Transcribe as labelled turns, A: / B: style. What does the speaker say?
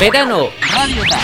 A: ベダの
B: ラジオだ